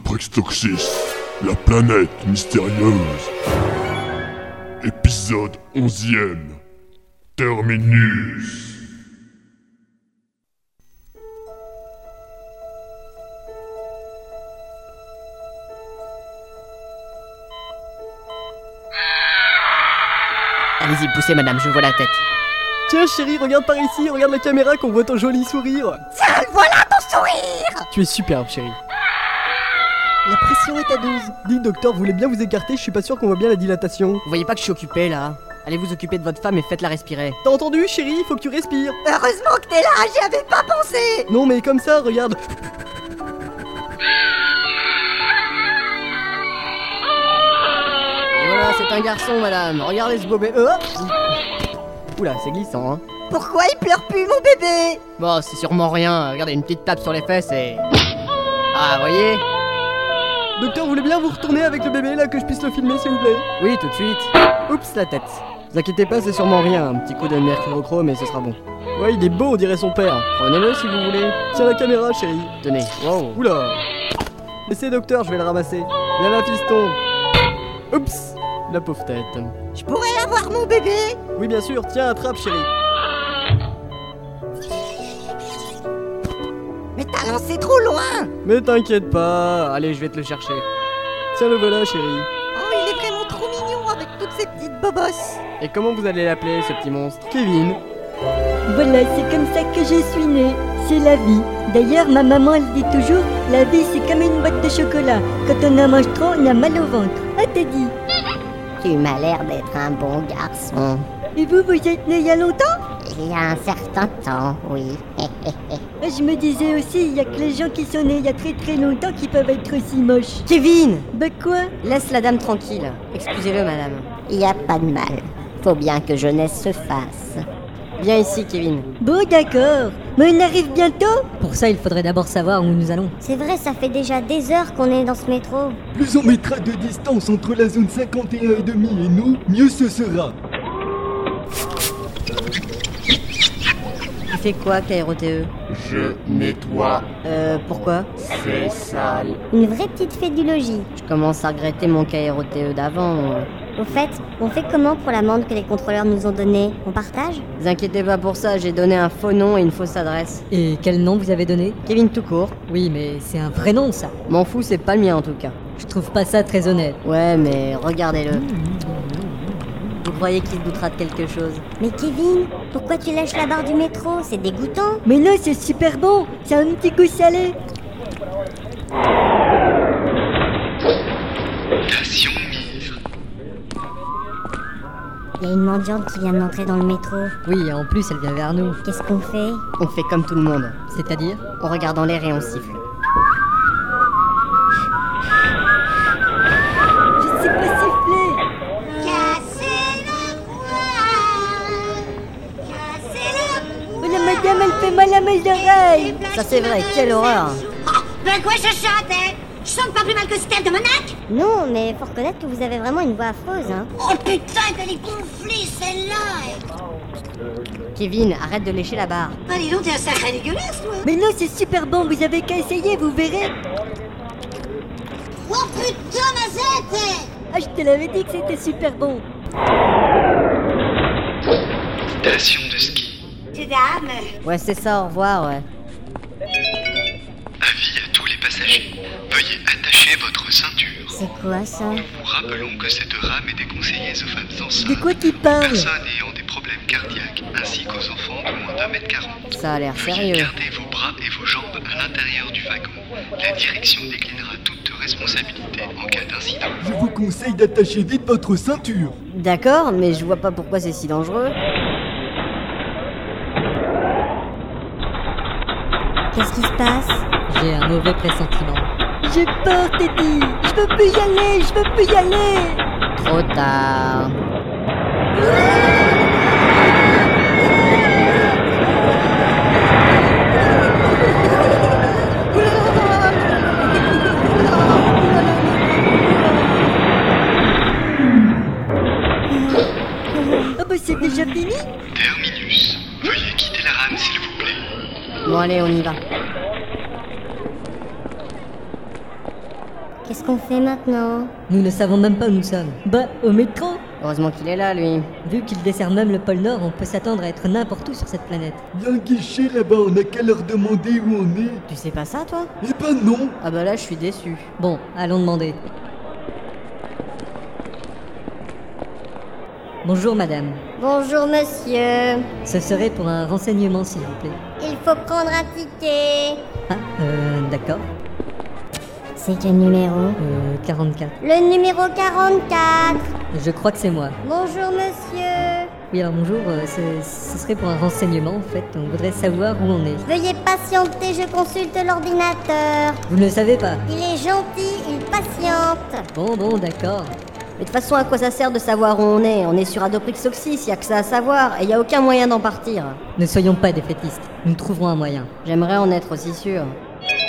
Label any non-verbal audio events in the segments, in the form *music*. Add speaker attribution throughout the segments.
Speaker 1: Adoprextoxis, la planète mystérieuse. Épisode 11e. Terminus.
Speaker 2: Allez-y, poussez, madame, je vois la tête.
Speaker 3: Tiens chérie, regarde par ici, regarde la caméra qu'on voit ton joli sourire.
Speaker 4: Tiens, le voilà ton sourire
Speaker 3: Tu es
Speaker 2: Oh,
Speaker 3: superbe chérie.
Speaker 4: La pression est à 12.
Speaker 3: Dis docteur, vous voulez bien vous écarter, je suis pas sûr qu'on voit bien la dilatation.
Speaker 2: Vous voyez pas que je suis occupé là Allez vous occuper de votre femme et faites-la respirer.
Speaker 3: T'as entendu chérie, il faut que tu respires.
Speaker 4: Heureusement que t'es là, j'y avais pas pensé
Speaker 3: Non mais comme ça, regarde.
Speaker 2: Et voilà, c'est un garçon, madame. Regardez ce beau bébé. Oh Oula, c'est glissant, hein.
Speaker 4: Pourquoi il pleure plus mon bébé
Speaker 2: Bon, c'est sûrement rien. Regardez, une petite tape sur les fesses et. Ah, voyez
Speaker 3: Docteur, vous voulez bien vous retourner avec le bébé là que je puisse le filmer s'il vous plaît
Speaker 2: Oui, tout de suite. Oups, la tête. Vous inquiétez pas, c'est sûrement rien. Un petit coup de mercurochrome et ce sera bon.
Speaker 3: Ouais, il est beau, on dirait son père.
Speaker 2: Prenez-le si vous voulez.
Speaker 3: Tiens la caméra chérie.
Speaker 2: Tenez. Wow.
Speaker 3: Oula Laissez docteur, je vais le ramasser. Viens là fiston. Oups La pauvre tête.
Speaker 4: Je pourrais avoir mon bébé
Speaker 3: Oui bien sûr, tiens attrape chérie.
Speaker 4: Mais t'as lancé trop loin
Speaker 3: Mais t'inquiète pas.
Speaker 2: Allez, je vais te le chercher.
Speaker 3: Tiens le voilà chérie.
Speaker 4: Oh, il est vraiment trop mignon avec toutes ces petites bobosses
Speaker 2: Et comment vous allez l'appeler, ce petit monstre
Speaker 3: Kevin.
Speaker 5: Voilà, c'est comme ça que je suis née. C'est la vie. D'ailleurs, ma maman, elle dit toujours, la vie, c'est comme une boîte de chocolat. Quand on en mange trop, on a mal au ventre. Ah, t'as dit.
Speaker 6: Tu m'as l'air d'être un bon garçon.
Speaker 5: Et vous, vous êtes née il y a longtemps
Speaker 6: Il y a un certain temps, oui. *laughs*
Speaker 5: Ah, Je me disais aussi, il y a que les gens qui sont nés il y a très très longtemps qui peuvent être aussi moches.
Speaker 2: Kevin
Speaker 5: Bah quoi
Speaker 2: Laisse la dame tranquille. Excusez-le, madame.
Speaker 6: Il n'y a pas de mal. Faut bien que jeunesse se fasse.
Speaker 2: Viens ici, Kevin.
Speaker 5: Bon, d'accord. Mais on arrive bientôt Pour ça, il faudrait d'abord savoir où nous allons.
Speaker 6: C'est vrai, ça fait déjà des heures qu'on est dans ce métro.
Speaker 7: Plus on mettra de distance entre la zone 51 et demi et nous, mieux ce sera.
Speaker 2: Tu fais quoi, KROTE
Speaker 8: Je nettoie,
Speaker 2: Euh, pourquoi
Speaker 8: c'est sale.
Speaker 6: Une vraie petite fée du logis.
Speaker 2: Je commence à regretter mon
Speaker 6: E
Speaker 2: KROTE d'avant.
Speaker 6: Au fait, on fait comment pour l'amende que les contrôleurs nous ont donnée On partage
Speaker 2: Vous inquiétez pas pour ça, j'ai donné un faux nom et une fausse adresse.
Speaker 9: Et quel nom vous avez donné
Speaker 2: Kevin tout court.
Speaker 9: Oui, mais c'est un vrai nom ça.
Speaker 2: M'en fous, c'est pas le mien en tout cas.
Speaker 9: Je trouve pas ça très honnête.
Speaker 2: Ouais, mais regardez-le. Vous croyez qu'il se doutera de quelque chose
Speaker 6: Mais Kevin, pourquoi tu lâches la barre du métro C'est dégoûtant.
Speaker 5: Mais non, c'est super bon C'est un petit goût salé
Speaker 6: Il y a une mendiante qui vient d'entrer dans le métro.
Speaker 9: Oui, et en plus elle vient vers nous.
Speaker 6: Qu'est-ce qu'on fait
Speaker 2: On fait comme tout le monde.
Speaker 9: C'est-à-dire
Speaker 2: On regarde en l'air et on siffle.
Speaker 5: Je sais pas siffler Oh la madame, elle fait mal à mes oreilles
Speaker 2: Ça c'est vrai, quelle horreur
Speaker 4: Ben quoi je chante, hein Je chante pas plus mal que Steph de Monac
Speaker 6: Non, mais faut reconnaître que vous avez vraiment une voix affreuse, hein.
Speaker 4: Oh putain, qu'elle est gonflée celle-là eh.
Speaker 2: Kevin, arrête de lécher la barre.
Speaker 4: Ah dis donc, t'es un sacré dégueulasse toi
Speaker 5: Mais non, c'est super bon, vous avez qu'à essayer, vous verrez
Speaker 4: Oh putain eh. ma zette
Speaker 5: Ah, je te l'avais dit que c'était super bon
Speaker 10: Station de ski.
Speaker 4: Tu dames
Speaker 2: Ouais, c'est ça, au revoir, ouais.
Speaker 10: Avis à tous les passagers. Veuillez attacher votre ceinture.
Speaker 6: C'est quoi ça
Speaker 10: Nous rappelons que cette rame est déconseillée aux femmes
Speaker 5: De
Speaker 10: enceintes,
Speaker 5: quoi tu parles
Speaker 10: personnes ayant des problèmes cardiaques, ainsi qu'aux enfants de moins d'un mètre quarante.
Speaker 2: Ça a l'air
Speaker 10: Veuillez
Speaker 2: sérieux.
Speaker 10: garder vos bras et vos jambes à l'intérieur du wagon. La direction déclinera toute responsabilité en cas d'incident.
Speaker 7: Je vous conseille d'attacher vite votre ceinture.
Speaker 2: D'accord, mais je vois pas pourquoi c'est si dangereux.
Speaker 6: Qu'est-ce qui se passe
Speaker 9: J'ai un mauvais pressentiment.
Speaker 5: J'ai peur, Teddy Je veux plus y aller, je veux plus y aller
Speaker 2: Trop tard.
Speaker 5: Ah bah c'est déjà fini
Speaker 10: Terminus. Veuillez quitter la rame s'il vous plaît.
Speaker 2: Bon allez, on y va.
Speaker 6: Qu'est-ce qu'on fait maintenant
Speaker 5: Nous ne savons même pas où nous sommes. Bah, au métro
Speaker 2: Heureusement qu'il est là, lui.
Speaker 5: Vu qu'il dessert même le pôle Nord, on peut s'attendre à être n'importe où sur cette planète.
Speaker 3: Il y a un guichet là-bas, on n'a qu'à leur demander où on est.
Speaker 2: Tu sais pas ça, toi
Speaker 3: Eh ben non
Speaker 2: Ah bah là, je suis déçu.
Speaker 5: Bon, allons demander. Bonjour madame.
Speaker 6: Bonjour monsieur.
Speaker 5: Ce serait pour un renseignement s'il vous plaît.
Speaker 6: Il faut prendre un ticket.
Speaker 5: Ah, euh, d'accord.
Speaker 6: C'est quel numéro
Speaker 5: Euh, 44.
Speaker 6: Le numéro 44.
Speaker 5: Je crois que c'est moi.
Speaker 6: Bonjour monsieur.
Speaker 5: Oui, alors bonjour, euh, c'est- ce serait pour un renseignement en fait. On voudrait savoir où on est.
Speaker 6: Veuillez patienter, je consulte l'ordinateur.
Speaker 5: Vous ne le savez pas
Speaker 6: Il est gentil, il patiente.
Speaker 5: Bon, bon, d'accord.
Speaker 2: Mais de toute façon, à quoi ça sert de savoir où on est On est sur Adoprix Oxys, y a que ça à savoir, et y a aucun moyen d'en partir.
Speaker 5: Ne soyons pas défaitistes. Nous trouverons un moyen.
Speaker 2: J'aimerais en être aussi sûr.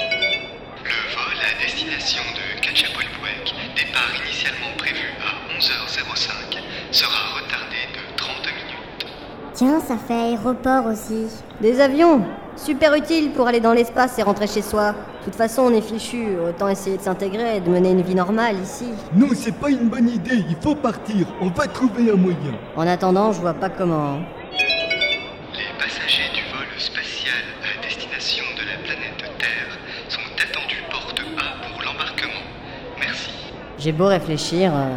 Speaker 10: Le vol à destination de Cachapoilbouec, départ initialement prévu à 11h05, sera retardé de 30 minutes.
Speaker 6: Tiens, ça fait aéroport aussi.
Speaker 2: Des avions Super utile pour aller dans l'espace et rentrer chez soi. De toute façon, on est fichu, autant essayer de s'intégrer et de mener une vie normale ici.
Speaker 3: Non, c'est pas une bonne idée, il faut partir, on va trouver un moyen.
Speaker 2: En attendant, je vois pas comment. hein.
Speaker 10: Les passagers du vol spatial à destination de la planète Terre sont attendus porte A pour l'embarquement. Merci.
Speaker 2: J'ai beau réfléchir, euh,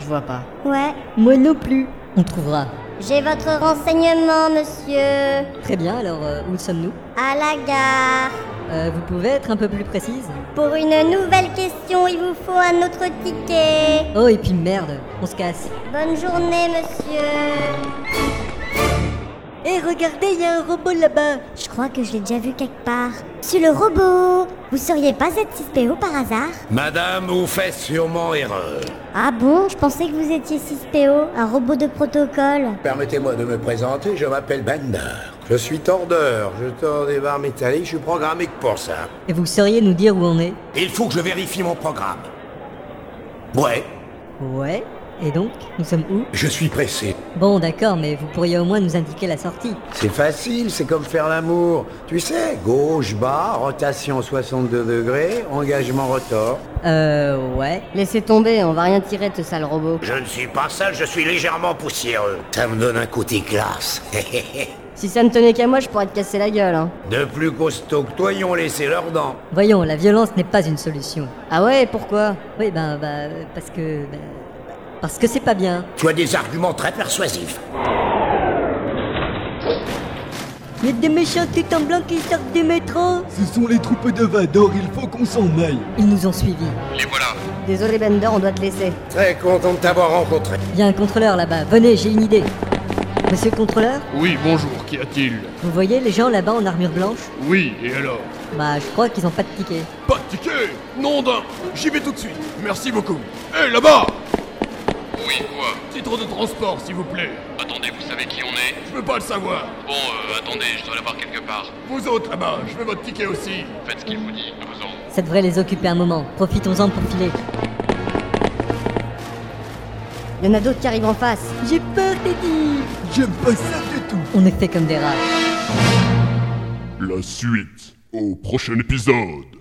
Speaker 2: je vois pas.
Speaker 6: Ouais.
Speaker 11: Moi non plus.
Speaker 5: On trouvera.
Speaker 6: J'ai votre renseignement, monsieur.
Speaker 5: Très bien, alors euh, où sommes-nous
Speaker 6: À la gare.
Speaker 5: Euh, Vous pouvez être un peu plus précise
Speaker 6: Pour une nouvelle question, il vous faut un autre ticket.
Speaker 5: Oh, et puis merde, on se casse.
Speaker 6: Bonne journée, monsieur.
Speaker 11: Eh regardez, il y a un robot là-bas.
Speaker 6: Je crois que je l'ai déjà vu quelque part. Sur le robot Vous seriez pas Z6PO par hasard
Speaker 12: Madame, vous faites sûrement erreur.
Speaker 6: Ah bon Je pensais que vous étiez 6PO, un robot de protocole.
Speaker 12: Permettez-moi de me présenter, je m'appelle Bender. Je suis tordeur, je tords des barres métalliques, je suis programmé que pour ça.
Speaker 5: Et vous sauriez nous dire où on est
Speaker 12: Il faut que je vérifie mon programme. Ouais,
Speaker 5: Ouais. Et donc, nous sommes où
Speaker 12: je suis pressé.
Speaker 5: Bon, d'accord, mais vous pourriez au moins nous indiquer la sortie.
Speaker 12: C'est facile, c'est comme faire l'amour. Tu sais, gauche, bas, rotation 62 degrés, engagement rotor.
Speaker 5: Euh, ouais.
Speaker 2: Laissez tomber, on va rien tirer de ce sale robot.
Speaker 12: Je ne suis pas sale, je suis légèrement poussiéreux. Ça me donne un côté classe. *laughs*
Speaker 2: Si ça ne tenait qu'à moi, je pourrais te casser la gueule, hein.
Speaker 12: De plus costauds que toi, ils ont laissé leurs dents.
Speaker 5: Voyons, la violence n'est pas une solution.
Speaker 2: Ah ouais, pourquoi
Speaker 5: Oui, ben, bah, euh, parce que. bah, parce que c'est pas bien.
Speaker 12: Tu as des arguments très persuasifs.
Speaker 11: Il y a des méchants tout en blanc qui sortent du métro.
Speaker 3: Ce sont les troupes de Vador, il faut qu'on s'en aille.
Speaker 5: Ils nous ont suivis.
Speaker 10: Les voilà.
Speaker 2: Désolé Bender, on doit te laisser.
Speaker 12: Très content de t'avoir rencontré.
Speaker 5: Il y a un contrôleur là-bas. Venez, j'ai une idée. Monsieur le contrôleur,
Speaker 13: Oui, bonjour, qu'y a-t-il
Speaker 5: vous voyez les gens là-bas en armure blanche
Speaker 13: Oui, et alors
Speaker 5: Bah, je crois qu'ils ont pas de ticket.
Speaker 1: Pas de ticket Non d'un J'y vais tout de suite Merci beaucoup Hé, là-bas
Speaker 13: Oui, quoi
Speaker 1: Titre de transport, s'il vous plaît
Speaker 13: Attendez, vous savez qui on est
Speaker 1: Je veux pas le savoir
Speaker 13: Bon, euh, attendez, je dois l'avoir quelque part.
Speaker 1: Vous autres, là-bas, je veux votre ticket aussi
Speaker 13: Faites ce qu'il vous dit, deux
Speaker 5: Ça devrait les occuper un moment. Profitons-en pour filer.
Speaker 2: Il y en a d'autres qui arrivent en face.
Speaker 11: J'ai peur, Teddy.
Speaker 3: J'aime pas ça du tout.
Speaker 5: On est fait comme des rats.
Speaker 1: La suite, au prochain épisode